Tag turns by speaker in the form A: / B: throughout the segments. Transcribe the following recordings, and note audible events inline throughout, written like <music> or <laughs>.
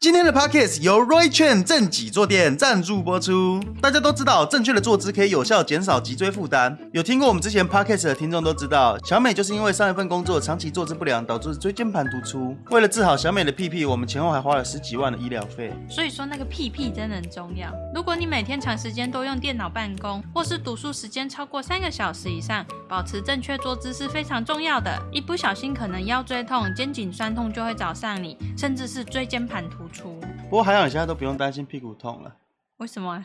A: 今天的 podcast 由 Roy 券正脊坐垫赞助播出。大家都知道，正确的坐姿可以有效减少脊椎负担。有听过我们之前 podcast 的听众都知道，小美就是因为上一份工作长期坐姿不良，导致椎间盘突出。为了治好小美的屁屁，我们前后还花了十几万的医疗费。
B: 所以说那个屁屁真的很重要。如果你每天长时间都用电脑办公，或是读书时间超过三个小时以上，保持正确坐姿是非常重要的。一不小心可能腰椎痛、肩颈酸痛就会找上你，甚至是椎间盘突出。
A: 不过还好，你现在都不用担心屁股痛了。
B: 为什么啊？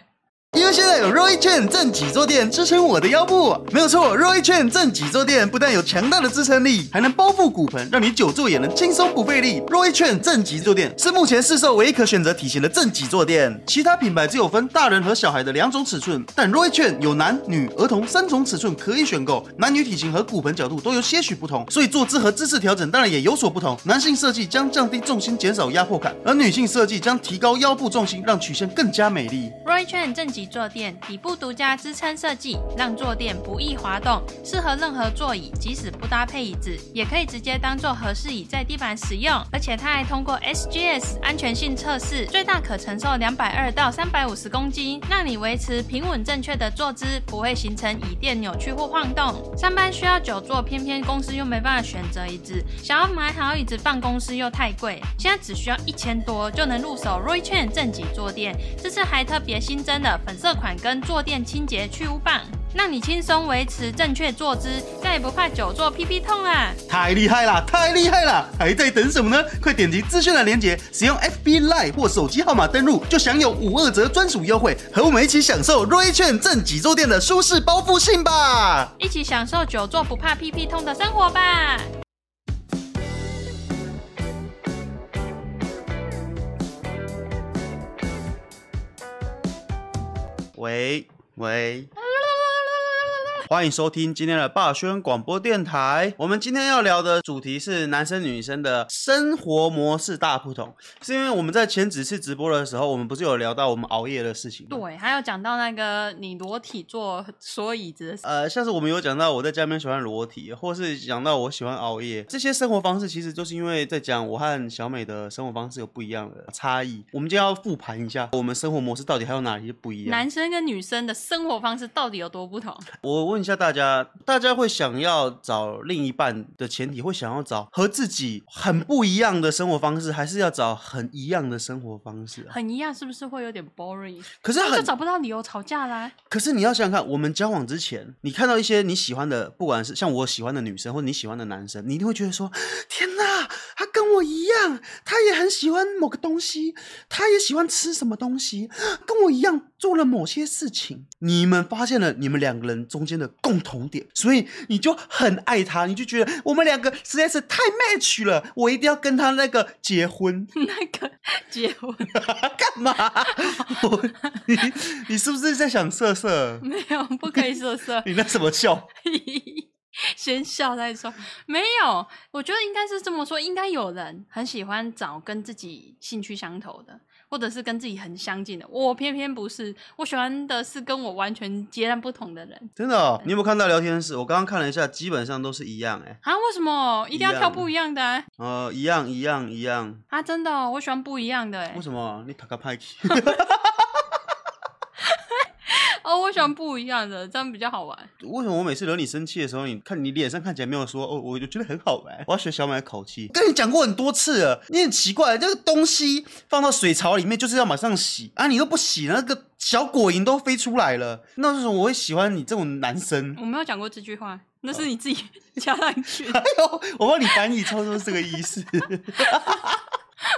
A: 因为现在有 Roy 券正脊坐垫支撑我的腰部，没有错，Roy 券正脊坐垫不但有强大的支撑力，还能包覆骨盆，让你久坐也能轻松不费力。Roy 券正脊坐垫是目前市售唯一可选择体型的正脊坐垫，其他品牌只有分大人和小孩的两种尺寸，但 Roy 券有男女、儿童三种尺寸可以选购，男女体型和骨盆角度都有些许不同，所以坐姿和姿势调整当然也有所不同。男性设计将降低重心，减少压迫感，而女性设计将提高腰部重心，让曲线更加美丽。
B: Roy 券正极坐垫底部独家支撑设计，让坐垫不易滑动，适合任何座椅，即使不搭配椅子，也可以直接当做和适椅在地板使用。而且它还通过 SGS 安全性测试，最大可承受两百二到三百五十公斤，让你维持平稳正确的坐姿，不会形成椅垫扭曲或晃动。上班需要久坐，偏偏公司又没办法选择椅子，想要买好椅子办公室又太贵，现在只需要一千多就能入手 Roy 券正极坐垫，这次还特别新增了粉色款跟坐垫清洁去污棒，让你轻松维持正确坐姿，再也不怕久坐屁屁痛啦。
A: 太厉害啦，太厉害啦！还在等什么呢？快点击资讯栏连接，使用 FB Line 或手机号码登录，就享有五二折专属优惠，和我们一起享受瑞券正脊坐垫的舒适包覆性吧！
B: 一起享受久坐不怕屁屁痛的生活吧！
A: 喂喂。欢迎收听今天的霸轩广播电台。我们今天要聊的主题是男生女生的生活模式大不同，是因为我们在前几次直播的时候，我们不是有聊到我们熬夜的事情吗？
B: 对，还有讲到那个你裸体坐缩椅子的事，
A: 呃，像是我们有讲到我在家里面喜欢裸体，或是讲到我喜欢熬夜，这些生活方式其实就是因为在讲我和小美的生活方式有不一样的差异。我们今天要复盘一下，我们生活模式到底还有哪里不一样？
B: 男生跟女生的生活方式到底有多不同？
A: 我问一下大家，大家会想要找另一半的前提，会想要找和自己很不一样的生活方式，还是要找很一样的生活方式啊？
B: 很一样，是不是会有点 boring？
A: 可是
B: 那就
A: 很
B: 找不到理由吵架啦。
A: 可是你要想想看，我们交往之前，你看到一些你喜欢的，不管是像我喜欢的女生，或者你喜欢的男生，你一定会觉得说：天哪，他跟我一样，他也很喜欢某个东西，他也喜欢吃什么东西，跟我一样做了某些事情。你们发现了你们两个人中间的共同点，所以你就很爱他，你就觉得我们两个实在是太 match 了，我一定要跟他那个结婚。 <laughs>
B: 那个结婚
A: 干嘛？ <laughs> 我你你是不是在想色
B: <laughs>
A: 色？
B: 没有，不可以色色，
A: 你那什么笑？
B: 先笑再说。没有，我觉得应该是这么说，应该有人很喜欢找跟自己兴趣相投的，或者是跟自己很相近的。我偏偏不是，我喜欢的是跟我完全截然不同的人。
A: 真的、哦，你有没有看到聊天室？我刚刚看了一下，基本上都是一样、欸，
B: 啊，为什么一定要
A: 一样
B: 挑不一样的啊？
A: 呃，一样，一样，一样。
B: 啊，真的哦、我喜欢不一样的哎
A: 为。什么你塔卡派去？
B: 哦，我喜欢不一样的，这样比较好玩。
A: <laughs> 为什么我每次惹你生气的时候，你看你脸上看起来没有说哦，我就觉得很好玩。我要学小美的口气，跟你讲过很多次了，你很奇怪，这个东西放到水槽里面就是要马上洗啊，你都不洗，那个小果蝇都飞出来了。那为什么我会喜欢你这种男生？ <laughs>
B: 我没有讲过这句话，那是你自己 <laughs> 加上去
A: 哎
B: 的。
A: 呦，我帮你翻译，差不多是这个意思。
B: <laughs>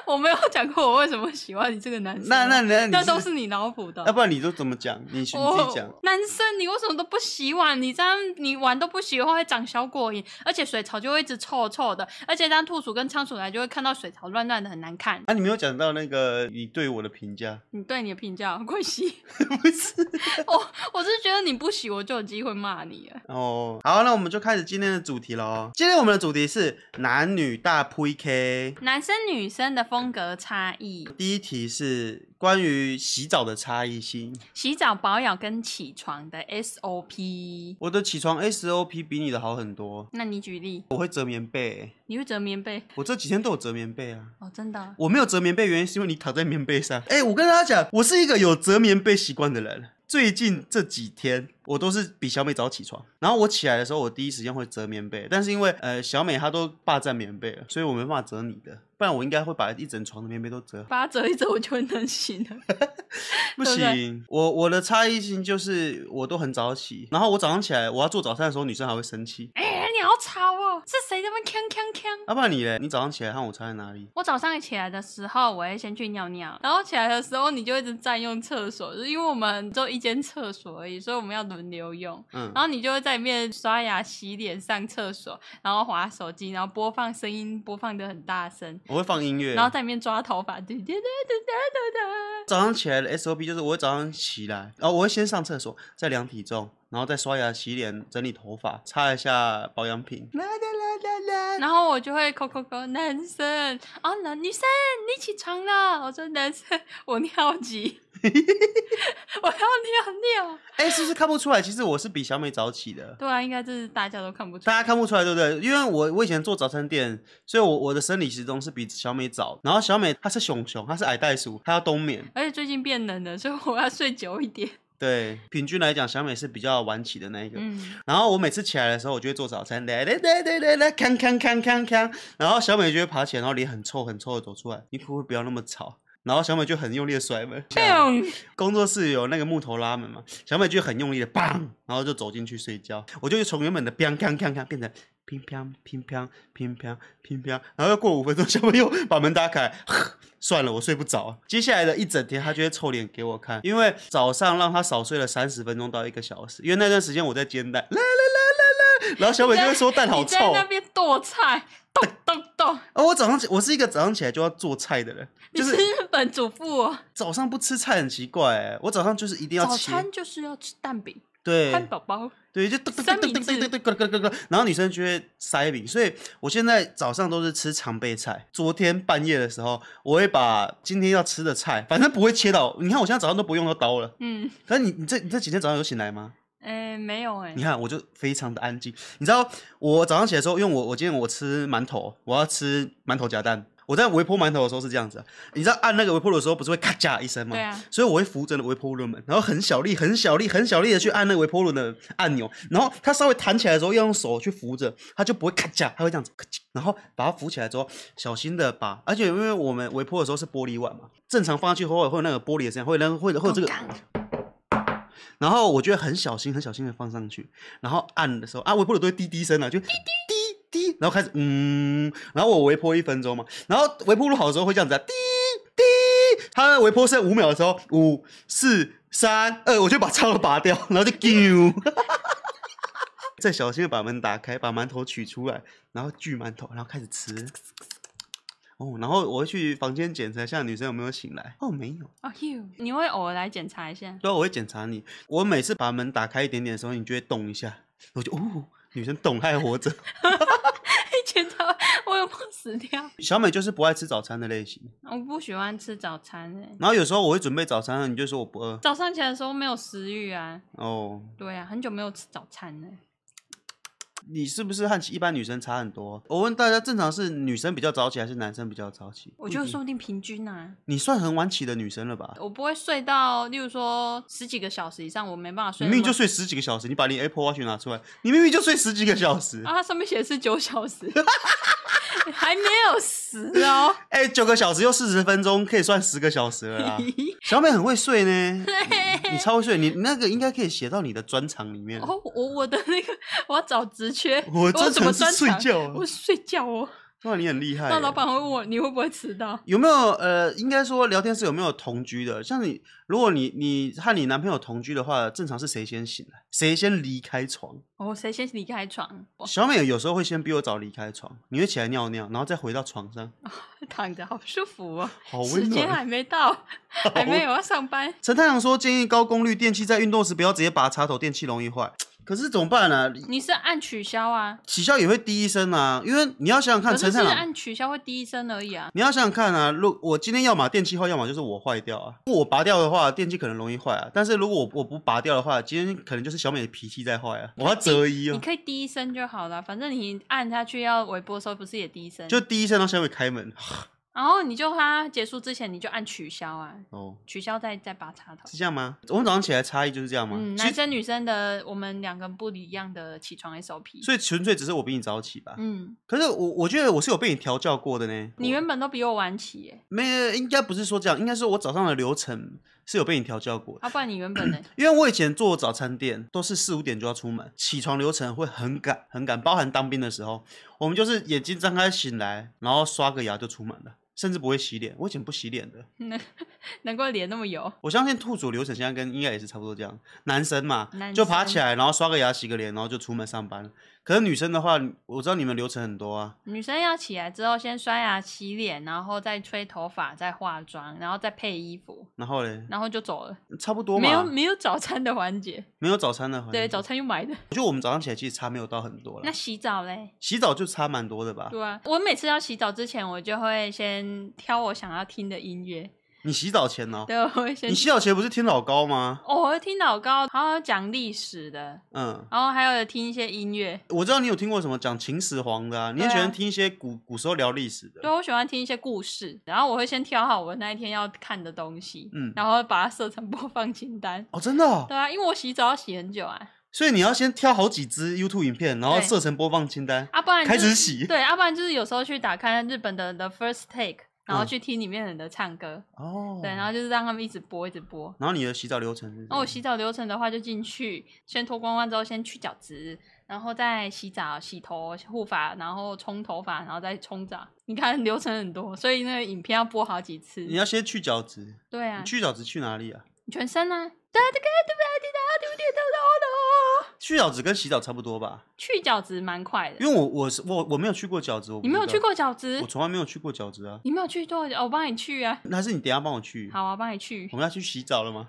B: 我没有讲过我为什么喜欢你这个男生
A: 那
B: 啊。
A: 那那你
B: 那都是你脑补的
A: 要。不然你都怎么讲？你你自己讲啊
B: 哦。，男生你为什么都不洗碗？你这样你碗都不洗的话，会长小果蝇，而且水槽就会一直臭臭的，而且当兔鼠跟仓鼠来，就会看到水槽乱乱的，很难看。
A: 啊，你没有讲到那个你对我的评价，
B: 你对你的评价，快洗！
A: <laughs> 不是？
B: 我 <laughs> 我是觉得你不洗，我就有机会骂你了。
A: <laughs> 哦，好，那我们就开始今天的主题喽。今天我们的主题是男女大 PK。
B: 男生女生生的风格差异。
A: 第一题是关于洗澡的差异性，
B: 洗澡保养跟起床的 SOP，
A: 我的起床 SOP 比你的好很多，
B: 那你举例，
A: 我会折棉被、欸
B: 你会折棉被
A: 我这几天都有折棉被啊。
B: 哦，真的哦、
A: 我没有折棉被，原因是因为你躺在棉被 <laughs> 上。哎、我跟大家讲，我是一个有折棉被习惯的人。最近这几天，我都是比小美早起床，然后我起来的时候，我第一时间会折棉被，但是因为呃小美她都霸占棉被了，所以我没办法折你的，不然我应该会把一整床的棉被都折好。
B: 把它折一折，我就会能醒 <laughs> 了。
A: 不
B: <laughs> 对
A: 行，
B: 不对
A: 我我的差异性就是我都很早起，然后我早上起来我要做早餐的时候，女生还会生气。啊
B: 哎、你好吵哦！是谁在那边锵锵锵？
A: 要、不然你嘞？你早上起来和我差在哪里？
B: 我早上起来的时候，我会先去尿尿，然后起来的时候你就一直占用厕所，就是因为我们就一间厕所而已，所以我们要轮流用。
A: 嗯
B: 然，后你就会在里面刷牙、洗脸、上厕所，然后划手机，然后播放声音，播放的很大声，
A: 我会放音乐。
B: 然后在里面抓头发，滴滴滴滴滴滴
A: 早上起来的 SOP 就是我会早上起来，然后我会先上厕所，再量体重，然后再刷牙、洗脸、整理头发，擦一下保养品。啦啦啦啦
B: 滴
A: 啦。
B: 然后我就会扣扣扣男生啊，男女生你起床了，我说男生我尿
A: <laughs>
B: 急，我要尿尿。
A: 哎、是不是看不出来？其实我是比小美早起的。
B: 对啊，应该这是大家都看不出
A: 大
B: 来。
A: 家看不出来，对不对？因为我我以前做早餐店，所以我我的生理时钟是比小美早。然后小美她是熊熊，她是矮袋鼠，她要冬眠。
B: 而且最近变冷了，所以我要睡久一点。
A: 对，平均来讲，小美是比较晚起的那一个。
B: 嗯，
A: 然后我每次起来的时候，我就会做早餐，来来来来来来，康康康康康。然后小美就会爬起来，然后脸很臭很臭的走出来，你可不可以不要那么吵？然后小美就很用力的甩门， <laughs>
B: 啊
A: 工作室有那个木头拉门嘛，小美就很用力的砰，然后就走进去睡觉。我就从原本的砰砰砰砰变成乒乓乒乓乒乓乒乓，然后又过五分钟，小美又把门打开， <laughs> 算了，我睡不着。接下来的一整天，她就会臭脸给我看，因为早上让她少睡了三十分钟到一个小时，因为那段时间我在煎蛋，啦 <laughs> 啦啦啦啦，然后小美就会说蛋好
B: 你在
A: 臭。
B: 那边剁菜，咚咚咚，
A: 而我早上起，我是一个早上起来就要做菜的人，
B: 你
A: 就是是
B: 日本主妇哦。
A: 早上不吃菜很奇怪、欸，我早上就是一定要
B: 早
A: 切，
B: 餐就是要吃蛋饼、
A: 对，
B: 汉堡包。
A: 对，就噔噔噔噔噔噔噔噔噔噔噔，然后女生就会塞饼，所以我现在早上都是吃常备菜。昨天半夜的时候，我会把今天要吃的菜，反正不会切到。你看我现在早上都不用到刀了，
B: 嗯，
A: 可是你你这你这几天早上有醒来吗？
B: 哎、没有哎、
A: 你看我就非常的安静。你知道我早上起来的时候，因为我我今天我吃馒头，我要吃馒头夹蛋。我在微波馒头的时候是这样子、啊，你知道按那个微波炉的时候不是会咔嚓一声吗？
B: 对啊
A: 所以我会扶着那个微波炉的门，然后很小力、很小力、很小力的去按那个微波炉的按钮，然后它稍微弹起来的时候要用手去扶着，它就不会咔嚓，它会这样子咔嚓，然后把它扶起来之后，小心的把，而且因为我们微波的时候是玻璃碗嘛，正常放下去后会有那个玻璃的声音，会有那个会有会有这个
B: 咚咚
A: 然后我就会很小心、很小心的放上去，然后按的时候啊，微波炉都会滴滴声啊，就滴滴滴，然后开始嗯，然后我微波一分钟嘛，然后微波炉好的时候会这样子、啊、滴滴，它的微波剩五秒的时候，五四三二，我就把插头拔掉，然后就丢。再小心的把门打开，把馒头取出来，然后锯馒头，然后开始吃。哦，然后我会去房间检查一下女生有没有醒来。哦，没有。
B: 哦哟，你会偶尔来检查一下。 <laughs>
A: 对啊，我会检查你。我每次把门打开一点点的时候，你就会动一下，我就哦，女生动还活着。 <laughs>
B: 你检查我有没有死掉？
A: 小美就是不爱吃早餐的类型，
B: 我不喜欢吃早餐哎、
A: 然后有时候我会准备早餐，你就说我不饿
B: 早上起来的时候没有食欲啊。
A: 哦。
B: 对啊，很久没有吃早餐了、
A: 你是不是和一般女生差很多？啊我问大家，正常是女生比较早起还是男生比较早起？
B: 我觉得
A: 不一定
B: 说不定平均啊。
A: 你算很晚起的女生了吧？
B: 我不会睡到，例如说十几个小时以上，我没办法
A: 你
B: 睡那么。
A: 明明就睡十几个小时，你把你 Apple Watch 拿出来，你明明就睡十几个小时，
B: 啊，它上面写的是九小时， <laughs> 还没有十哦。
A: 哎、九个小时又四十分钟，可以算十个小时了啦。小美很会睡呢，你超会睡，你那个应该可以写到你的专长里面。
B: <laughs> 哦，我我的那个我要找职缺， <laughs>
A: 我专
B: 怎么
A: 长是睡
B: 专长？
A: 觉哎啊，
B: 我睡觉哦。
A: 哇，你很厉害耶。
B: 那老板会问我你会不会迟到？
A: 有没有呃，应该说聊天室有没有同居的？像你，如果你你和你男朋友同居的话，正常是谁先醒来，谁先离开床？
B: 哦，谁先离开床？我
A: 小美有时候会先比我早离开床，你会起来尿尿，然后再回到床上，
B: 躺着好舒服哦。
A: 好
B: 时
A: 温
B: 间
A: 暖。啊
B: 还没
A: <laughs>
B: 到，还没
A: 有。
B: 有要上班。
A: 陈太阳说，建议高功率电器在运动时不要直接拔插头，电器容易坏。可是怎么办呢、
B: 你是按取消啊？
A: 起效也会低一声啊，因为你要想想看，
B: 可
A: 陈
B: 是是
A: 太郎，
B: 按取消会低一声而已啊。
A: 你要想想看啊，如我今天要么电器坏，要么就是我坏掉啊。如果我拔掉的话，电器可能容易坏啊。但是如果我我不拔掉的话，今天可能就是小美的脾气在坏啊，我要择一
B: 你
A: 哦，
B: 可以低一声就好了，反正你按下去要微波的时候不是也低一声？
A: 就第一声让小美开门
B: 然后你就它结束之前你就按取消啊，
A: 哦，
B: 取消再再拔插头。
A: 是这样吗？我们早上起来差异就是这样吗？
B: 嗯，
A: 其
B: 男
A: 实
B: 生女生的我们两个不一样的起床 SOP。
A: 所以纯粹只是我比你早起吧。
B: 嗯，
A: 可是我我觉得我是有被你调教过的呢。
B: 你原本都比我晚起耶，
A: 没应该不是说这样，应该是我早上的流程是有被你调教过的。
B: 啊要、不然你原本呢？ <coughs>
A: 因为我以前做早餐店，都是四五点就要出门，起床流程会很赶很赶，包含当兵的时候，我们就是眼睛张开醒来，然后刷个牙就出门了，甚至不会洗脸。我以前不洗脸的，
B: 难怪脸那么油。
A: 我相信兔主流程现在跟应该也是差不多这样。男生嘛，
B: 男生
A: 就爬起来，然后刷个牙、洗个脸，然后就出门上班了。可是女生的话，我知道你们流程很多啊，
B: 女生要起来之后，先刷牙、洗脸，然后再吹头发、再化妆，然后再配衣服，
A: 然后嘞，
B: 然后就走了，
A: 差不多嘛，
B: 没有没有早餐的环节。
A: 没有早餐的环节
B: 对，早餐又买的。
A: 我觉得我们早上起来其实差没有到很多
B: 那
A: 了，
B: 洗澡嘞？
A: 洗澡就差蛮多的吧？
B: 对啊，我每次要洗澡之前，我就会先挑我想要听的音乐。
A: 你洗澡前呢、
B: 对，我会先
A: 哦你洗澡前不是听老高吗？
B: 哦，我会听老高，然后讲历史的，
A: 嗯，
B: 然后还有听一些音乐。
A: 我知道你有听过什么讲秦始皇的啊，你也
B: 对啊
A: 喜欢听一些古古时候聊历史
B: 对，啊
A: 的。
B: 我喜欢听一些故事，然后我会先挑好我那一天要看的东西，
A: 嗯
B: 然后把它设成播放清单。
A: 哦，真的哦、
B: 对啊，因为我洗澡要洗很久啊，
A: 所以你要先挑好几支 YouTube 影片，然后
B: 对
A: 设成播放清单，
B: 啊，不然就
A: 开
B: 是
A: 始洗。
B: 对，啊要、不然就是有时候去打开日本的 The First Take，然后
A: 嗯
B: 去听里面的人的唱歌，
A: 哦，
B: 对，然后就是让他们一直播一直播。
A: 然后你的洗澡流程是？
B: 那我洗，澡流程的话，就进去先脱光光之后，先去角质，然后再洗澡、洗头、护发，然后冲头发，然后再冲澡。你看流程很多，所以那个影片要播好几次
A: 你。要先去角质，
B: 对啊
A: 你，去角质去哪里啊？
B: 全身啊。哒哒哒哒哒哒哒
A: 去角质跟洗澡差不多吧，
B: 去角质蛮快的。
A: 因为我我是我我没有去过角质，我不
B: 你没有
A: 知道
B: 去，过角质
A: 我？从来没有去过角质啊。
B: 你没有去过？哦我帮你去啊。
A: 那还是你等一下帮我去？
B: 好啊，我帮你去。
A: 我们要去洗澡了吗？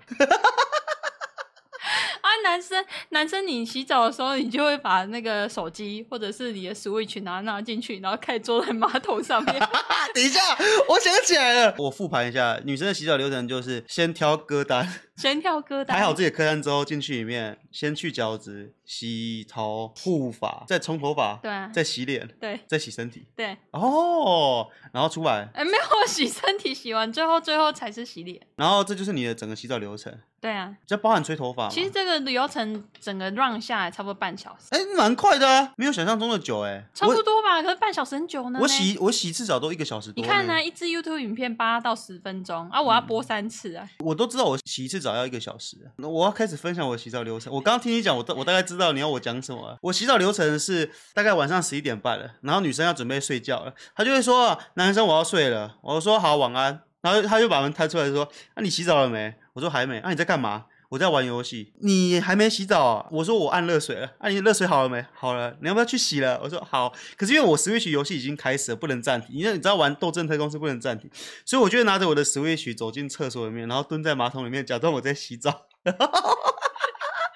B: 啊，男生男生，你洗澡的时候，你就会把那个手机或者是你的 Switch 拿拿进去，然后开始坐在马桶上面。
A: 啊，等一下，我想起来了，我复盘一下，女生的洗澡流程就是先挑歌单，
B: 先跳歌单，
A: 排好自己的歌单之后进去里面，先去角质、洗头、护发，再冲头发，
B: 对啊
A: 再洗脸，
B: 对
A: 再洗身体，
B: 对，
A: 哦，然后出来，
B: 哎，没有洗身体，洗完最后最后才是洗脸。
A: 然后这就是你的整个洗澡流程，
B: 对啊，
A: 这包含吹头发吗？
B: 其实这个流程整个 run 下来差不多半小时，
A: 哎，蛮快的啊，没有想象中的久哎，
B: 差不多吧。可是半小时很久呢。
A: 我。我。洗我洗一次澡都一个小时多
B: 你
A: 呢，嗯
B: 看呢、啊一支 YouTube 影片八到十分钟啊，我要播三次啊。
A: 我都知道我洗一次澡要一个小时，那我要开始分享我洗澡流程。我刚刚听你讲，我大我大概知道你要我讲什么了。我洗澡流程是大概晚上十一点半了，然后女生要准备睡觉了，她就会说：“啊男生我要睡了。”我说：“好，晚安。”然后她就把门摊出来说：“那、啊你洗澡了没？”我说：“还没。啊，你在干嘛？”我在玩游戏，你还没洗澡啊？我说我按热水了，啊，你热水好了没？好了，你要不要去洗了？我说好，可是因为我 Switch 游戏已经开始了，不能暂停，因为你知道玩《斗阵特工》是不能暂停，所以我就会拿着我的 Switch 走进厕所里面，然后蹲在马桶里面，假装我在洗澡。 <laughs>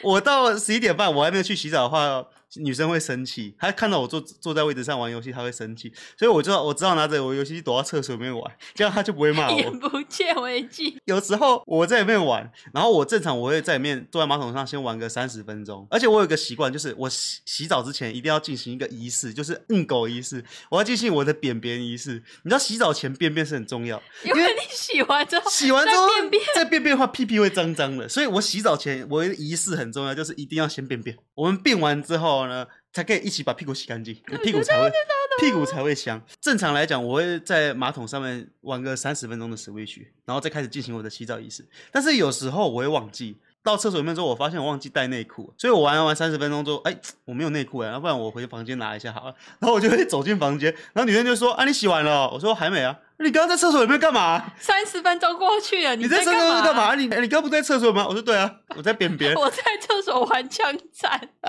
A: 我到十一点半，我还没有去洗澡的话，女生会生气。她看到我坐坐在位置上玩游戏，她会生气。所以我知道，我知道拿着我游戏机躲到厕所里面玩，这样她就不会骂我
B: 眼。不见为净，
A: 有时候我在里面玩，然后我正常我会在里面坐在马桶上先玩个三十分钟，而且我有个习惯，就是我洗洗澡之前一定要进行一个仪式，就是嗯狗仪式，我要进行我的便便仪式。你知道洗澡前便便是很重要，
B: 因为你洗完之后，
A: 洗完之后
B: 再便便
A: 再便便的话，屁屁会脏脏的，所以我洗澡前我有一个仪式很重要，就是一定要先便便。我们便完之后呢，才可以一起把屁股洗干净，屁股才会屁股才会香。正常来讲，我会在马桶上面玩个三十分钟的 Switch，然后再开始进行我的洗澡仪式。但是有时候我会忘记。到厕所里面之后，我发现我忘记带内裤，所以我玩完三十分钟之后，哎、我没有内裤哎，要不然我回房间拿一下好了。 <laughs> 然后我就会走进房间，然后女生就说：“啊，你洗完了哦？”我说：“还没啊。”你刚刚在厕所里面干嘛、
B: 三十分钟过去了，
A: 你
B: 在
A: 在厕所干
B: 干 <laughs>。
A: 嘛？？你哎你刚不在厕所吗？我说对啊，我在边边
B: 我在厕所玩枪战。 <laughs>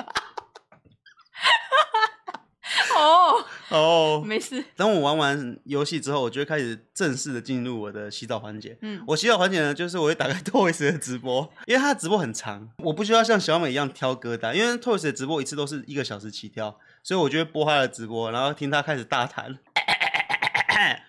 B: 哦，
A: 哦。
B: 没事，
A: 等我玩完游戏之后，我就会开始正式的进入我的洗澡环节。
B: 嗯，
A: 我洗澡环节呢，就是我会打开 <laughs> Toys 的直播，因为他的直播很长，我不需要像小美一样挑歌单，因为 Toys 的直播一次都是一个小时起跳，所以我就会播他的直播，然后听他开始大谈。 <coughs>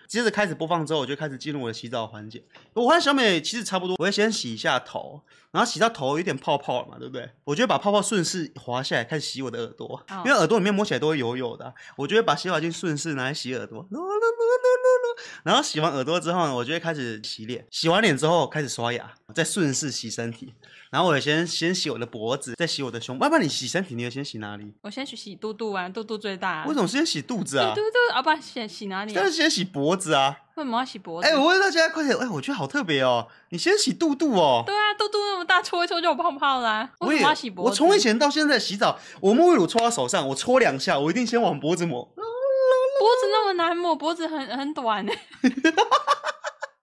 A: 接着开始播放之后，我就开始进入我的洗澡环节。我和小美其实差不多，我会先洗一下头，然后洗到头有点泡泡了嘛，对不对？我就会把泡泡顺势滑下来，开始洗我的耳朵，
B: 哦
A: 因为耳朵里面摸起来都会油油的啊，我就会把洗发精顺势拿来洗耳朵。噜噜噜噜噜然后洗完耳朵之后呢，我就会开始洗脸。洗完脸之后开始刷牙，再顺势洗身体。然后我先先洗我的脖子，再洗我的胸。慢慢你洗身体，你要先洗哪里？
B: 我先去洗肚肚啊，肚肚最大、啊。
A: 我总是先洗肚子
B: 肚
A: 啊，
B: 肚肚啊，不然洗洗哪里、啊
A: 但？是先洗脖子啊。
B: 为什么要洗脖子？
A: 哎、我问大家快点，哎、我觉得好特别哦。你先洗肚肚哦。
B: 对啊，肚肚那么大，搓一搓就有泡泡啦、为什
A: 也
B: 么要洗脖子？
A: 我从以前到现在洗澡，我沐浴乳搓到手上，我搓两下，我一定先往脖子抹。
B: 脖子那么难抹，脖子很很短。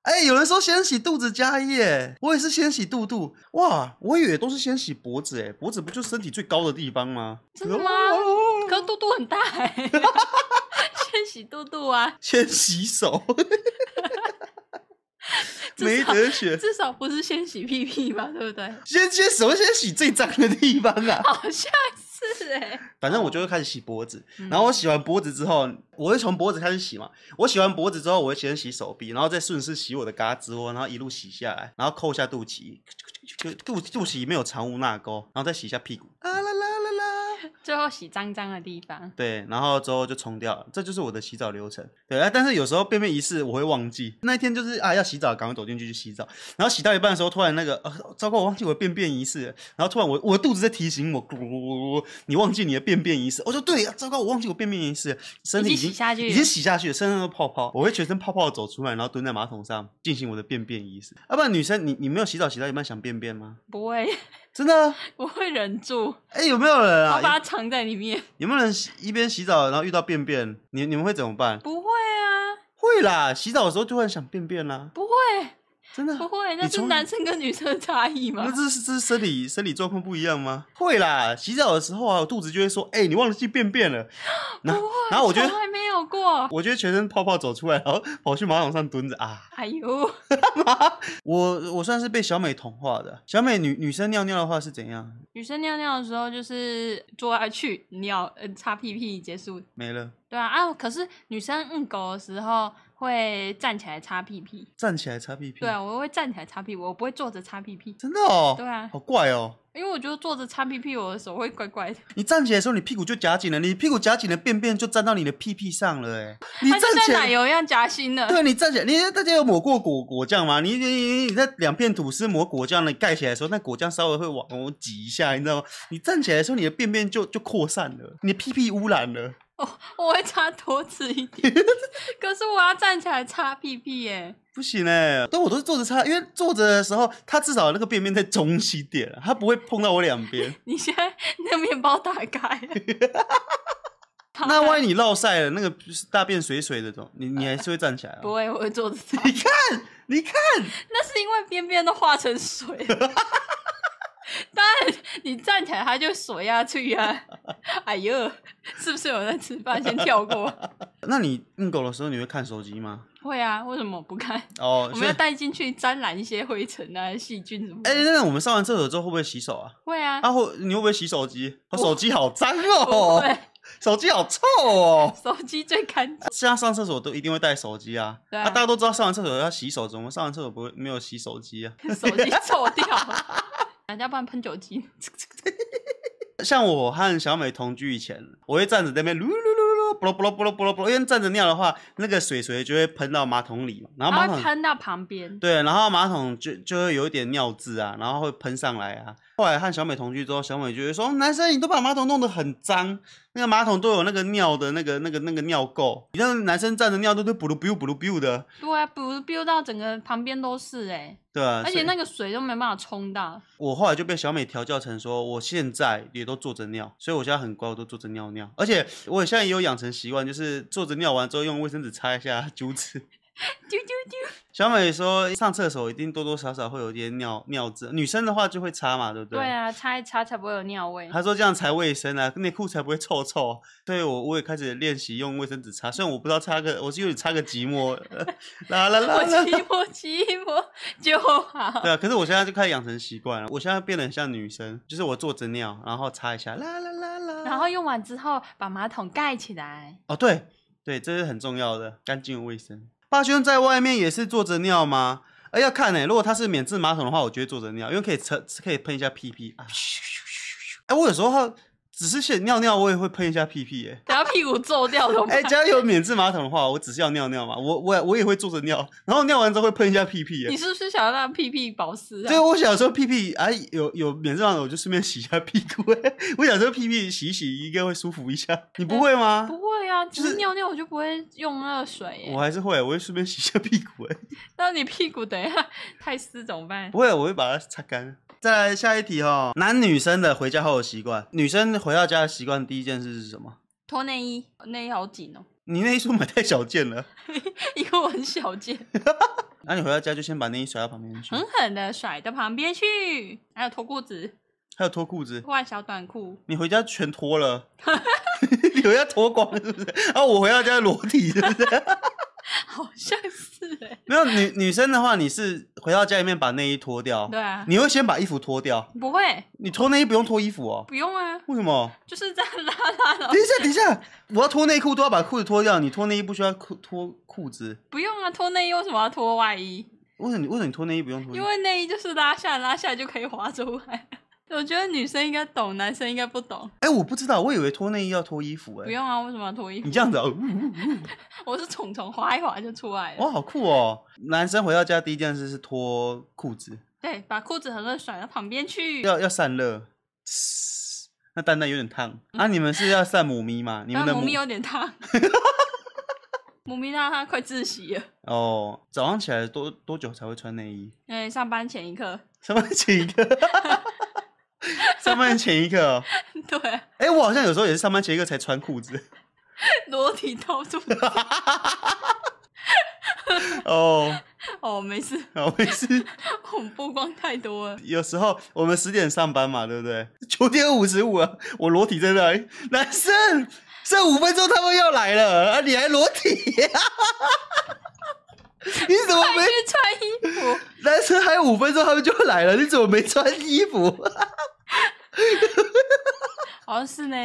A: 哎、有人说先洗肚子加耶，我也是先洗肚肚。哇，我以为都是先洗脖子，哎，脖子不就身体最高的地方吗？
B: 真的吗
A: 啊
B: 可是肚肚很大哎、 <laughs> 先洗肚肚啊，
A: 先洗手，没
B: <laughs> 至少
A: 得选，
B: 至少不是先洗屁屁吧，对不对？
A: 先先首先洗最脏的地方啊。
B: 好像是哎、
A: 反正我就会开始洗脖子，
B: 嗯
A: 然后我洗完脖子之后，我会从脖子开始洗嘛。我洗完脖子之后，我会先洗手臂，然后再顺势洗我的胳肢窝，然后一路洗下来，然后扣一下肚脐，就肚肚脐没有藏污纳垢，然后再洗一下屁股。啊啦啦啦啦！
B: 最后洗脏脏的地方。
A: 对，然后之后就冲掉了，这就是我的洗澡流程。对，啊、但是有时候便便仪式我会忘记，那一天就是啊要洗澡，赶快走进去去洗澡，然后洗到一半的时候，突然那个呃、糟糕，我忘记我的便便仪式了，然后突然我我的肚子在提醒我，咕咕咕咕咕，你忘记你的便便仪式，我说对，糟糕，我忘记我便便仪式了，身体
B: 已
A: 已
B: 经
A: 经
B: 洗下去了
A: 已经洗下去了，身上都泡泡，我会全身泡泡走出来，然后蹲在马桶上进行我的便便仪式。要、不然女生，你你没有洗澡洗到一半想便便吗？
B: 不会，
A: 真的？
B: 我会忍住，
A: 哎、有没有人
B: 我
A: 啊？
B: 把它藏在里面。
A: 有没有人洗一边洗澡然后遇到便便？你你们会怎么办？
B: 不会啊，
A: 会啦，洗澡的时候就会很想便便啦，
B: 不会，
A: 真的
B: 不会，那
A: 你
B: 是
A: 从
B: 男生跟女生的差异
A: 那
B: 吗？
A: 这是这是生理生理状况不一样吗？会啦，洗澡的时候啊，我肚子就会说，哎、你忘记便便了，然后然后啊我觉
B: 从
A: 得。
B: 来没有过。
A: 我觉得全身泡泡走出来，然后跑去马桶上蹲着啊！
B: 哎呦，
A: 我我算是被小美同化的。小美女女生尿尿的话是怎样？
B: 女生尿尿的时候就是坐下去尿，呃，擦屁屁结束。
A: 没了，
B: 对啊，啊，可是女生嗯狗的时候会站起来擦屁屁。
A: 站起来擦屁屁。
B: 对啊，我会站起来擦屁股，我不会坐着擦屁屁，
A: 真的哦。
B: 对啊
A: 好怪哦。
B: 因为我觉得坐着擦屁屁，我的手会怪怪的。
A: 你站起来的时候，你屁股就夹紧了，你屁股夹紧了，便便就沾到你的屁屁上了，哎，你
B: 它
A: 站
B: 就
A: 起
B: 像
A: 来
B: 奶油一样夹心 <laughs> 的。
A: 对你站起来，你大家有抹过果果酱吗？你你你你在两片吐司抹果酱，你盖起来的时候，那果酱稍微会往我挤一下，你知道吗？你站起来的时候，你的便便就就扩散了，你的屁屁污染了。
B: 哦，我会擦多次一点，可是我要站起来擦屁屁耶。
A: 不行哎、但我都是坐着擦，因为坐着的时候，它至少那个便便在中心点，它不会碰到我两
B: <laughs>
A: 边。
B: 你现在那个面包打开了，
A: 那万一你落晒了，那个大便水水的，种，你你
B: <laughs>
A: 还是会站起来、啊。
B: 不会，我会坐着擦。
A: 你看，你看，
B: 那是因为边边都化成水 <laughs> 了。当然，你站起来它就水呀、去呀、哎呦，是不是有人在吃饭？先跳过。 <laughs>
A: 那你嗯狗的时候，你会看手机吗？
B: 会啊，为什么不看？
A: 哦，
B: 我
A: 所
B: 们
A: 以
B: 要带进去沾染一些灰尘啊、细菌什么的。
A: 哎、那我们上完厕所之后会不会洗手啊？
B: 会啊，
A: <laughs> 啊，会你会不会洗手机？我
B: 不
A: 手机好脏
B: 不
A: 哦，
B: 会，
A: 手机好臭哦。 <laughs>
B: 手机最干净。
A: 现在上厕所都一定会带手机啊，
B: 对啊
A: 大家都知道上完厕所要洗手，怎么上完厕所不会没有洗手机啊？
B: 手机臭掉了， <laughs> 人家不然喷酒精。
A: 像我和小美同居以前，我会站着在那边噜噜噜噜噜，不咯不咯不咯不咯，因为站着尿的话，那个水水就会喷到马桶里嘛， <laughs> 然后马
B: 它会
A: 桶
B: 喷到旁边，
A: 对，然后马桶就就会有一点尿渍啊，然后会喷上来啊。后来和小美同居之后，小美就会说：“男生你都把马桶弄得很脏，那个马桶都有那个尿的那个那个那个尿垢，你让男生站着尿都都不噜不噜不噜不噜的，
B: 对啊，不 b 到整个旁边都是哎、
A: 对啊。”
B: 而且
A: 所
B: 那
A: 以
B: 个水都没办法冲到。
A: 我后来就被小美调教成说，我现在也都坐着尿，所以我现在很乖，我都坐着尿尿，而且我现在也有养成习惯，就是坐着尿完之后用卫生纸擦一下揪子，
B: 丢丢丢，
A: 小美说，上厕所一定多多少少会有一点尿尿渍，女生的话就会擦嘛，对不对？
B: 对啊，擦一擦才不会有尿味。
A: 她说这样才卫生啊，内裤才不会臭臭。所以我我也开始练习用卫生纸擦，虽然我不知道擦个，我是有点擦个寂寞，呃啦啦啦
B: <laughs> 我
A: 啦。
B: 寂寞寂寞就好。
A: <laughs> 对啊，可是我现在就开始养成习惯了，我现在变得很像女生，就是我坐着尿，然后擦一下，啦啦啦啦。
B: <laughs> 然后用完之后把马桶盖起来。
A: 哦，对对，这是很重要的，干净卫生。霸兄在外面也是坐着尿吗？哎，要看呢、如果他是免治马桶的话，我觉得坐着尿，因为可以擦，可以喷一下屁屁啊。哎，我有时候只是想尿尿，我也会喷一下屁屁、耶。
B: <laughs> 等下屁股皱掉怎么
A: 哎，
B: 办？
A: 只要有免治马桶的话，我只是要尿尿嘛，我我我也会坐着尿，然后尿完之后会喷一下屁欸屁、耶。
B: 你是不是想要让屁屁保湿啊？
A: 对，我想说屁屁啊，有有免治马桶，我就顺便洗一下屁股、 <laughs> 哎我想说屁屁洗一洗应该会舒服一下，你不会吗？
B: 不会啊，只
A: 就是
B: 是尿尿我就不会用那个水耶
A: 我。还是会，我会顺便洗一下屁股、哎。
B: 那你屁股等一下 <laughs> 太湿怎么办？
A: 不会，我会把它擦干。再来下一题哦，男女生的回家后的习惯，女生回到家的习惯第一件事是什么？
B: 脱内衣，内衣好紧 <laughs> 哦，
A: 你内衣是不是买太小件了，
B: 因为我很小 <laughs> 件，
A: 那、你回到家就先把内衣甩到旁边去，
B: 狠狠的甩到旁边去。还有脱裤子，
A: 还有脱裤子，
B: 换小短裤，
A: 你回家全脱了，你回家脱光了是不是？然、后我回到家裸体是不是？ <laughs>
B: 好像是哎。
A: 没有女女生的话，你是回到家里面把内衣脱掉，
B: 对 <laughs> 啊，
A: 你会先把衣服脱掉，
B: 不会，
A: 你脱内衣不用脱衣服哦。
B: 不用啊，
A: 为什么？
B: 就是这样拉拉
A: 等
B: 的，
A: 一下，等一下，我要脱内裤都要把裤子脱掉，你脱内衣不需要裤脱裤子，
B: 不用啊。脱内衣为什么要脱外衣？
A: 为什么你为什么你脱内衣不用脱衣
B: 因
A: 服？
B: 为内衣就是拉下拉下就可以滑出来。 <laughs> 我觉得女生应该懂，男生应该不懂。
A: 哎、我不知道，我以为脱内衣要脱衣服、
B: 不
A: 哎，
B: 用啊，为什么要脱衣服 <laughs>
A: 你？这样子、哦，呜呜
B: 我是虫虫滑一滑就出来了。
A: 哇，好酷哦！男生回到家第一件事是脱裤子，
B: 对，把裤子狠狠甩到旁边去。
A: 要要散热，嘶那蛋蛋有点烫啊！你们是要散母咪
B: <laughs>
A: 吗？你们
B: 然
A: 的
B: 后嗯啊母咪有点
A: <laughs>
B: 烫，母咪让它快窒息了。
A: 哦，早上起来多多久才会穿内衣？
B: 哎，上班前一刻， <laughs>
A: 上班前一个，上班前一个哦，
B: 对，
A: 哎、我好像有时候也是上班前一个才穿裤子
B: 裸体到
A: <laughs>
B: 处
A: 哦。
B: 哦，没事，
A: 好，没事。
B: 我们曝光太
A: <laughs>
B: 多了。
A: 有时候我们十点上班嘛，对不对？九点五十五了，我裸体在那里，男生剩五分钟他们要来了，啊，你还裸体、啊 <laughs> 你怎么
B: 快去
A: 没？
B: 穿衣服，
A: 男生还有五分钟他们就来了，你怎么没穿衣服？ <laughs>
B: 好像是呢。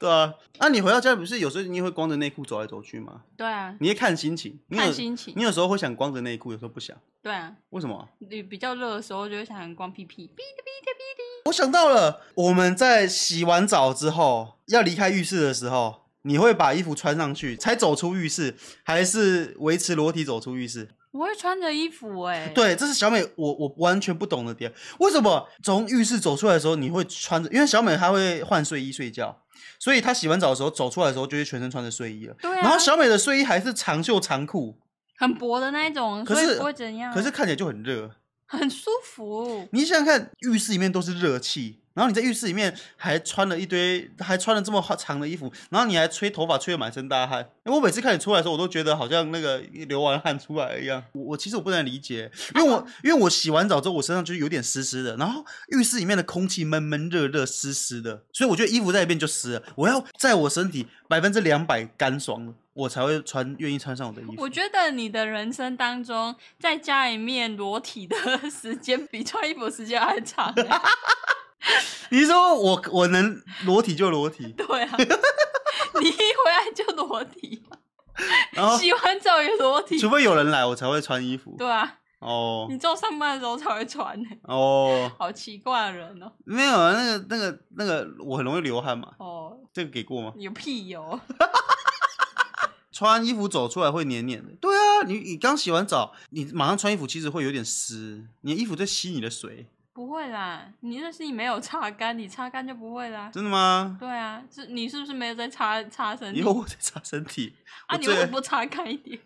A: 对啊，啊，你回到家不是有时候你也会光着内裤走来走去吗？
B: 对啊，
A: 你也看心情，你有
B: 看心情
A: 你有时候会想光着内裤，有时候不想，
B: 对啊，
A: 为什么啊？
B: 你比较热的时候就会想光屁屁，哔哩哔哩哔哩。
A: 我想到了，我们在洗完澡之后要离开浴室的时候，你会把衣服穿上去才走出浴室，还是维持裸体走出浴室？
B: 我会穿着衣服哎、欸，
A: 对，这是小美我我完全不懂的点。为什么从浴室走出来的时候你会穿着？因为小美她会换睡衣睡觉，所以她洗完澡的时候走出来的时候就会全身穿着睡衣了。
B: 对啊
A: 然后小美的睡衣还是长袖长裤，
B: 很薄的那一种，
A: 可
B: 所以
A: 是
B: 不会怎样，
A: 可是看起来就很热。
B: 很舒服。
A: 你想想看，浴室里面都是热气，然后你在浴室里面还穿了一堆，还穿了这么长的衣服，然后你还吹头发吹得满身大汗。因为我每次看你出来的时候，我都觉得好像那个流完汗出来一样。我我其实我不能理解，因为我因为我洗完澡之后，我身上就是有点湿湿的，然后浴室里面的空气闷闷热热湿湿的，所以我觉得衣服在里面就湿了。我要在我身体百分之两百干爽了，我才会穿愿意穿上我的衣服 <laughs>
B: 我。觉得你的人生当中，在家里面裸体的 <laughs> 时间比穿衣服的时间还长欸、
A: <laughs> 你说我 <laughs> 我能裸体就裸体，
B: 对啊， <laughs> 你一回来就裸
A: <laughs>
B: 体，
A: 然 <laughs> 后
B: 洗完澡也裸体，
A: 除非有人来，我才会穿衣服。
B: 对啊，
A: 哦
B: 你只有上班的时候才会穿、欸，
A: 哦，
B: 好奇怪的人哦、
A: 没有啊，那个那个那个，我很容易流汗嘛，
B: 哦，
A: 这个给过吗？
B: 有屁油，
A: <laughs> 穿衣服走出来会黏黏的。对啊，你你刚洗完澡，你马上穿衣服其实会有点湿，你的衣服在吸你的水，
B: 不会啦，你那是你没有擦干，你擦干就不会啦。
A: 真的吗？
B: 对啊，是你是不是没有在擦擦身体
A: 以后我在擦身体，
B: 呃
A: 我
B: 啊？你为什
A: 最
B: 么不擦干一点？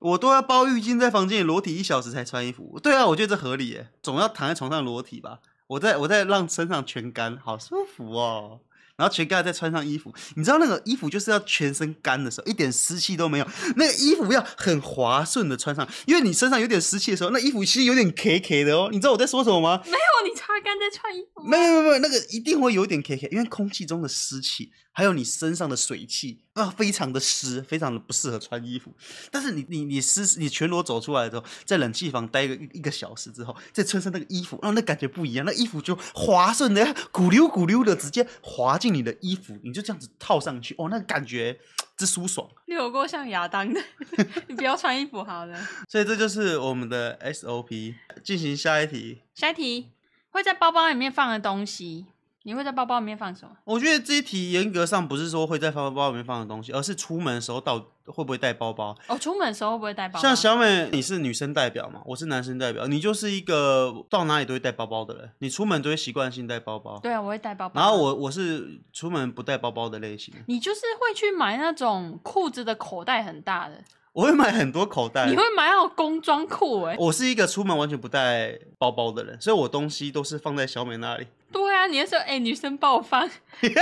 A: 我都要包浴巾在房间里裸体一小时才穿衣服。对啊，我觉得这合理耶，总要躺在床上裸体吧。我在我在让身上全干，好舒服哦。然后全干再穿上衣服。你知道那个衣服就是要全身干的时候，一点湿气都没有，那个衣服要很滑顺的穿上，因为你身上有点湿气的时候，那衣服其实有点 K K 的哦。你知道我在说什么吗？
B: 你擦干再穿衣服啊吗
A: 没有没有没有，那个一定会有一点 K K，因为空气中的湿气，还有你身上的水汽啊，非常的湿，非常的不适合穿衣服。但是你 <laughs> 你你湿，你全裸走出来之后，在冷气房待个一一个小时之后，再穿上那个衣服，然后那感觉不一样，那衣服就滑顺的鼓溜鼓溜的，直接滑进你的衣服，你就这样子套上去，哦，那感觉之舒爽。
B: 你有过像亚当的， <laughs> 你不要穿衣服好了。
A: 所以这就是我们的 SOP。进行下一题，
B: 下一题，会在包包里面放的东西，你会在包包里面放什么？
A: 我觉得这一题严格上不是说会在包包里面放的东西，而是出门的时候到会不会带包包。
B: 哦，出门的时候会不会带包包？
A: 像小美，你是女生代表嘛？我是男生代表，你就是一个到哪里都会带包包的人，你出门都会习惯性带包包。
B: 对啊，我会带包包。
A: 然后，我我是出门不带包包的类型，
B: 你就是会去买那种裤子的口袋很大的，
A: 我会买很多口袋
B: 你。会买那种工装裤哎、
A: 我是一个出门完全不带包包的人，所以我东西都是放在小美那里。
B: 对啊，你那时候哎、女生帮我放， <laughs> 然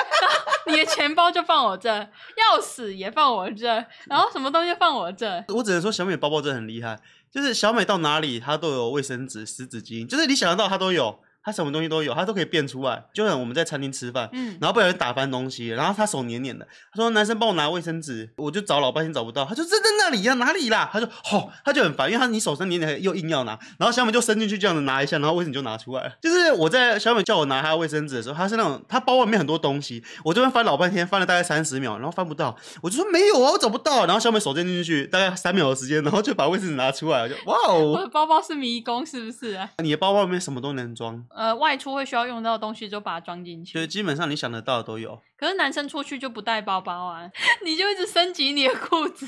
B: 后你的钱包就放我这，钥匙也放我这，然后什么东西放我这，
A: 我只能说小美包包真的很厉害，就是小美到哪里她都有卫生纸、湿纸巾，就是你想得到她都有，她什么东西都有，她都可以变出来。就像我们在餐厅吃饭，
B: 嗯，
A: 然后被人打翻东西，然后她手黏黏的，她说男生帮我拿卫生纸，我就找老半天找不到，她就这在那里呀、啊哪里啦？她就吼、她就很烦，因为她你手上黏黏的又硬要拿，然后小美就伸进去这样子拿一下，然后卫生纸就拿出来了。就是我在小美叫我拿她的卫生纸的时候，她是那种她包外面很多东西，我这边翻老半天，翻了大概三十秒，然后翻不到，我就说没有啊，我找不到。然后小美手伸进去，大概三秒的时间，然后就把卫生纸拿出来，我就哇
B: 我
A: 哦，
B: 的包包是迷宫是不是、啊？
A: 你的包包里面什么都能装，
B: 呃，外出会需要用到的东西就把它装进
A: 就是
B: 去。
A: 基本上你想得到的都有。
B: 可是男生出去就不带包包啊， <laughs> 你就一直升级你的裤子。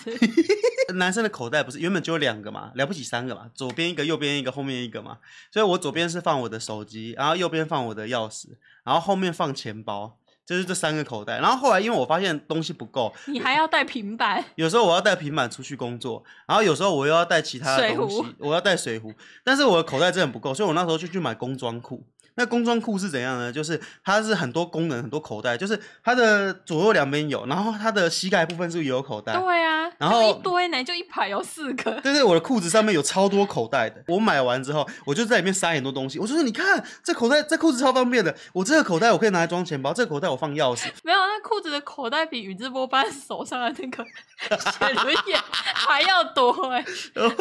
A: 男生的口袋不是原本只有两个嘛，了不起三个嘛，左边一个，右边一个，后面一个嘛。所以我左边是放我的手机，然后右边放我的钥匙，然后后面放钱包，就是这三个口袋。然后后来因为我发现东西不够，
B: 你还要带平板，
A: 有时候我要带平板出去工作，然后有时候我又要带其他的东
B: 水
A: 西
B: 壶，
A: 我要带水壶，但是我的口袋真的不够，所以我那时候就去买工装裤。那工装裤是怎样呢？就是它是很多功能、很多口袋，就是它的左右两边有，然后它的膝盖部分是不是也有口袋？
B: 对啊，
A: 然后
B: 就一堆呢，就一排有四个。 <laughs>
A: 对对，我的裤子上面有超多口袋的。我买完之后，我就在里面塞很多东西。我就说，你看这口袋，这裤子超方便的。我这个口袋我可以拿来装钱包，这个口袋我放钥匙。 <laughs>
B: 没有，那裤子的口袋比宇智波斑手上的那个 <laughs> 写轮眼还要多哎、
A: 然后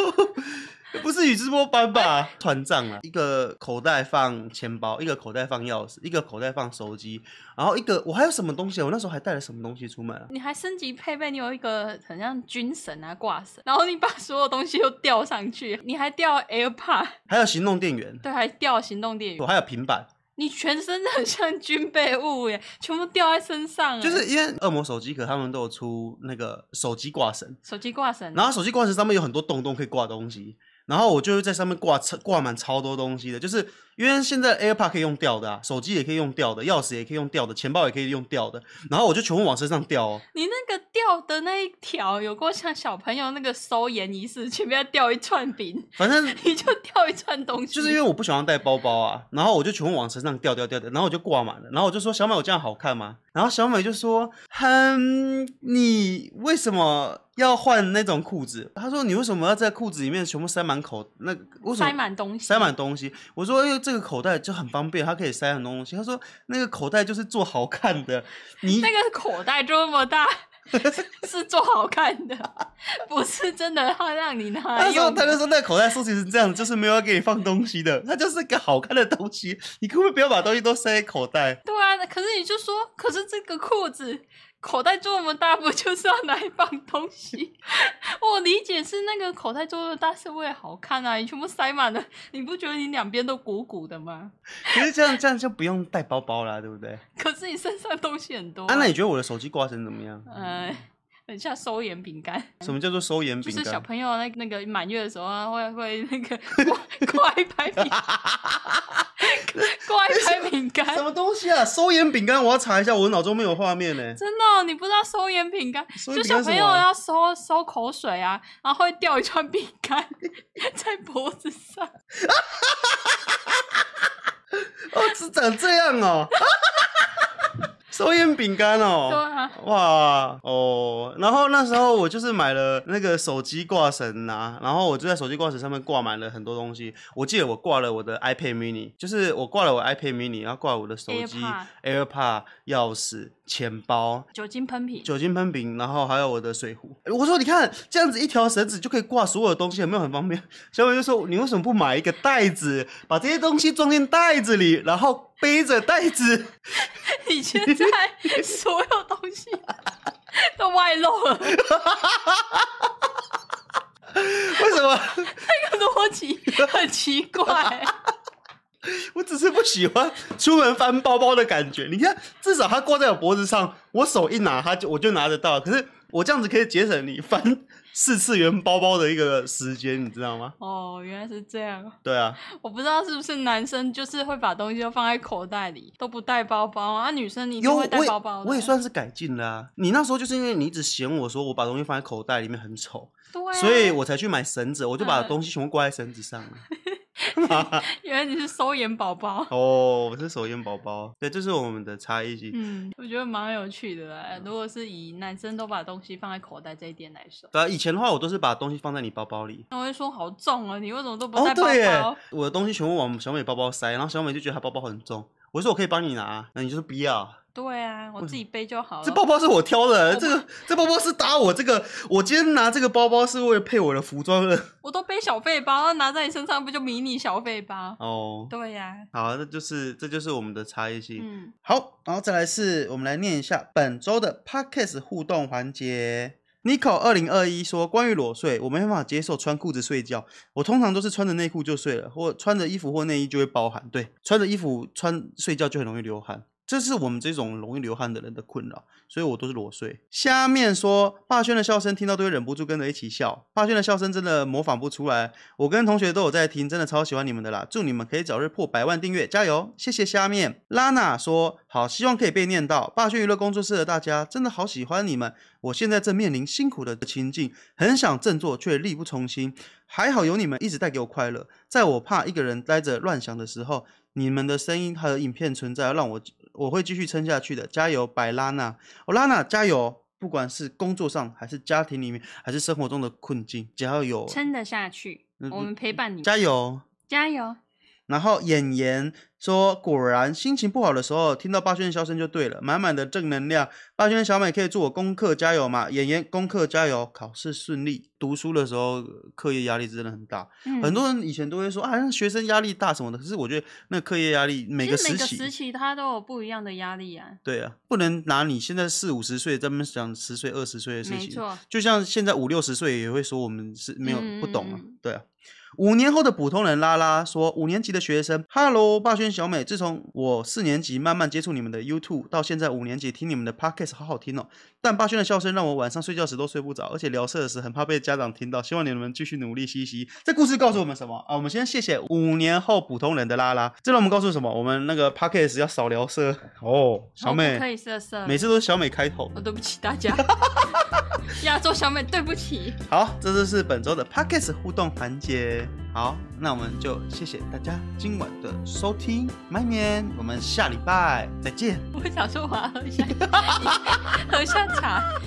A: 不是宇智波斑吧？团长啊，一个口袋放钱包，一个口袋放钥匙，一个口袋放手机，然后一个我还有什么东西啊？我那时候还带了什么东西出门啊？
B: 你还升级配备，你有一个很像军绳啊挂绳，然后你把所有东西都吊上去，你还吊 AirPod，
A: 还有行动电源，
B: 对，还吊行动电
A: 我
B: 源，
A: 还有平板。
B: 你全身都很像军备物耶，全部吊在身上耶，欸
A: 就是因为恶魔手机壳他们都有出那个手机挂绳，
B: 手机挂绳，
A: 然后手机挂绳上面有很多洞洞可以挂东西，然后我就会在上面挂超挂满超多东西的，就是因为现在 AirPod 可以用掉的、啊，手机也可以用掉的，钥匙也可以用掉的，钱包也可以用掉的，然后我就全部往身上掉哦。
B: 你那个吊的那一条，有过像小朋友那个收盐仪式，前面要吊一串饼， <laughs>
A: 反正
B: 你就吊一串东西，
A: 就是因为我不喜欢带包包啊，然后我就全部往身上掉掉掉掉，然后我就挂满了，然后我就说小美我这样好看吗？然后小美就说，哼，你为什么要换那种裤子？她说你为什么要在裤子里面全部塞满口那个为什么
B: 塞满东西，
A: 塞满东西。我说，哎，这个口袋就很方便，它可以塞很多东西。他说，那个口袋就是做好看的，你
B: 那个口袋这么
A: <laughs>
B: 大，是做好看的， <laughs> 不是真的要让你拿来
A: 那时候
B: 用的。
A: 他就说，那口袋设计是这样，就是没有要给你放东西的，它就是个好看的东西。你可不可以不要把东西都塞在口袋？
B: 对啊，可是你就说，可是这个裤子口袋这么大，不就是要拿来放东西？ <laughs> 我理解是那个口袋这么大是为了好看啊，你全部塞满了，你不觉得你两边都鼓鼓的吗？
A: 可是这样这样就不用带包包啦，对不对？
B: 可是你身上东西很多、
A: 啊，那你觉得我的手机挂绳怎么样？
B: 呃，很像收盐饼干。
A: 什么叫做收盐
B: 就
A: 饼
B: 是小
A: 干？
B: 朋友那那个满月的时候啊，会会
A: <laughs>
B: 那个挂挂一排饼，挂一排饼干。
A: 什么东西啊？收盐饼干，我要查一下，我脑中没有画面呢、
B: <laughs> 真的哦、你不知道收盐饼干，
A: 收
B: 就
A: 盐饼
B: 小
A: 干是
B: 朋
A: 什
B: 友
A: 么？啊
B: 要收收口水啊，然后会掉一串饼干在脖子上。 <laughs>
A: 哦，只长这样哦。寿宴饼干哦。
B: 对啊，
A: <laughs> 哇哦，然后那时候我就是买了那个手机挂绳呐、然后我就在手机挂绳上面挂满了很多东西。我记得我挂了我的 iPad mini，就是我挂了我 iPad mini，然后挂了我的手机、AirPod、钥匙、钱包、
B: 酒精喷瓶，
A: 酒精喷瓶，然后还有我的水壶。我说你看这样子一条绳子就可以挂所有的东西，有没有很方便？ <laughs> 小美就说你为什么不买一个袋子，把这些东西装进袋子里，然后背着袋子？ <laughs>
B: 你现在所有东
A: <laughs>
B: 西都外露了， <laughs> 这
A: 为什么？
B: 个逻辑很奇怪。
A: 我只是不喜欢出门翻包包的感觉。你看，至少它挂在我脖子上，我手一拿，它就我就拿得到。可是我这样子可以节省你翻四次元包包的一个时间，你知道吗？
B: 哦，原来是这样， <laughs>
A: 对啊，
B: 我不知道是不是男生就是会把东西都放在口袋里，都不带包包啊，啊女生你
A: 有
B: 定
A: 我
B: 会带
A: 也
B: 包包的啊
A: 我也算是改进啦、你那时候就是因为你一直嫌我说我把东西放在口袋里面很丑，
B: 对、啊，
A: 所以我才去买绳子，我就把
B: 嗯
A: 东西全部挂在绳子上了。
B: <laughs> 原来你是收眼宝宝。
A: 哦，我是手烟宝宝，对，这是我们的差异性。
B: 嗯，我觉得蛮有趣的啦。如果是以男生都把东西放在口袋这一点来说，
A: 对啊，以前的话我都是把东西放在你包包里，
B: 那我会说好重啊，你为什么都不
A: 哦
B: 带，包
A: 对
B: 包？
A: 耶，我的东西全部往小美包包塞，然后小美就觉得她包包很重。我说我可以帮你拿，那你就是不要。
B: 对啊，我自己背就好了。
A: 这包包是我挑的，
B: 我
A: 这个这包包是搭我这个，我今天拿这个包包是为了配我的服装的。
B: 我都背小背包，那拿在你身上不就迷你小背包？
A: 哦，
B: 对呀、
A: 好，那就是这就是我们的差异性。
B: 嗯，
A: 好，然后再来是我们来念一下本周的 podcast 互动环节。Nico 二零二一说，关于裸睡，我没办法接受穿裤子睡觉。我通常都是穿着内裤就睡了，或穿着衣服或内衣就会包汗。对，穿着衣服穿睡觉就很容易流汗，这是我们这种容易流汗的人的困扰，所以我都是裸睡。下面说，霸轩的笑声听到都会忍不住跟着一起笑。霸轩的笑声真的模仿不出来，我跟同学都有在听，真的超喜欢你们的啦！祝你们可以早日破百万订阅，加油！谢谢虾面拉娜说好，希望可以被念到。霸轩娱乐工作室的大家真的好喜欢你们，我现在正面临辛苦的情境，很想振作却力不从心，还好有你们一直带给我快乐。在我怕一个人待着乱想的时候，你们的声音和影片存在，让我我会继续撑下去的，加油，白拉娜！哦，拉娜加油！不管是工作上，还是家庭里面，还是生活中的困境，只要有
B: 撑得下去，
A: 嗯
B: 我们陪伴你，
A: 加油！
B: 加油！
A: 然后演员说，果然心情不好的时候，听到霸轩的笑声就对了，满满的正能量。霸轩小美可以祝我功课加油嘛？演员功课加油，考试顺利。读书的时候，呃课业压力真的很大，
B: 嗯
A: 很多人以前都会说啊，那学生压力大什么的，可是我觉得那课业压力每
B: 其
A: 个
B: 实每
A: 时
B: 个
A: 期。
B: 时期它都有不一样的压力啊，
A: 对啊，不能拿你现在四五十岁在那边想十岁二十岁的事
B: 没
A: 情，
B: 错，
A: 就像现在五六十岁也会说我们是没有
B: 嗯
A: 不懂啊
B: 嗯嗯，
A: 对啊。五年后的普通人拉拉说，五年级的学生，Hello，霸轩小美，自从我四年级慢慢接触你们的 YouTube，到现在五年级听你们的 Podcast，好好听哦。但霸轩的笑声让我晚上睡觉时都睡不着，而且聊色时很怕被家长听到。希望你们继续努力，嘻嘻。这故事告诉我们什么啊？我们先谢谢五年后普通人的拉拉，这让我们告诉什么？我们那个 Podcast 要少聊色哦，小
B: 我不可
A: 美，
B: 以色色，哦
A: 每次都是小美开头。
B: 我对不起大家， <laughs> 亚洲小美对不起，
A: 好，这就是本周的 p o d c a s t 互动环节。好，那我们就谢谢大家今晚的收听，麦面，我们下礼拜再见。
B: <laughs> 我想说我要喝一下，喝下茶。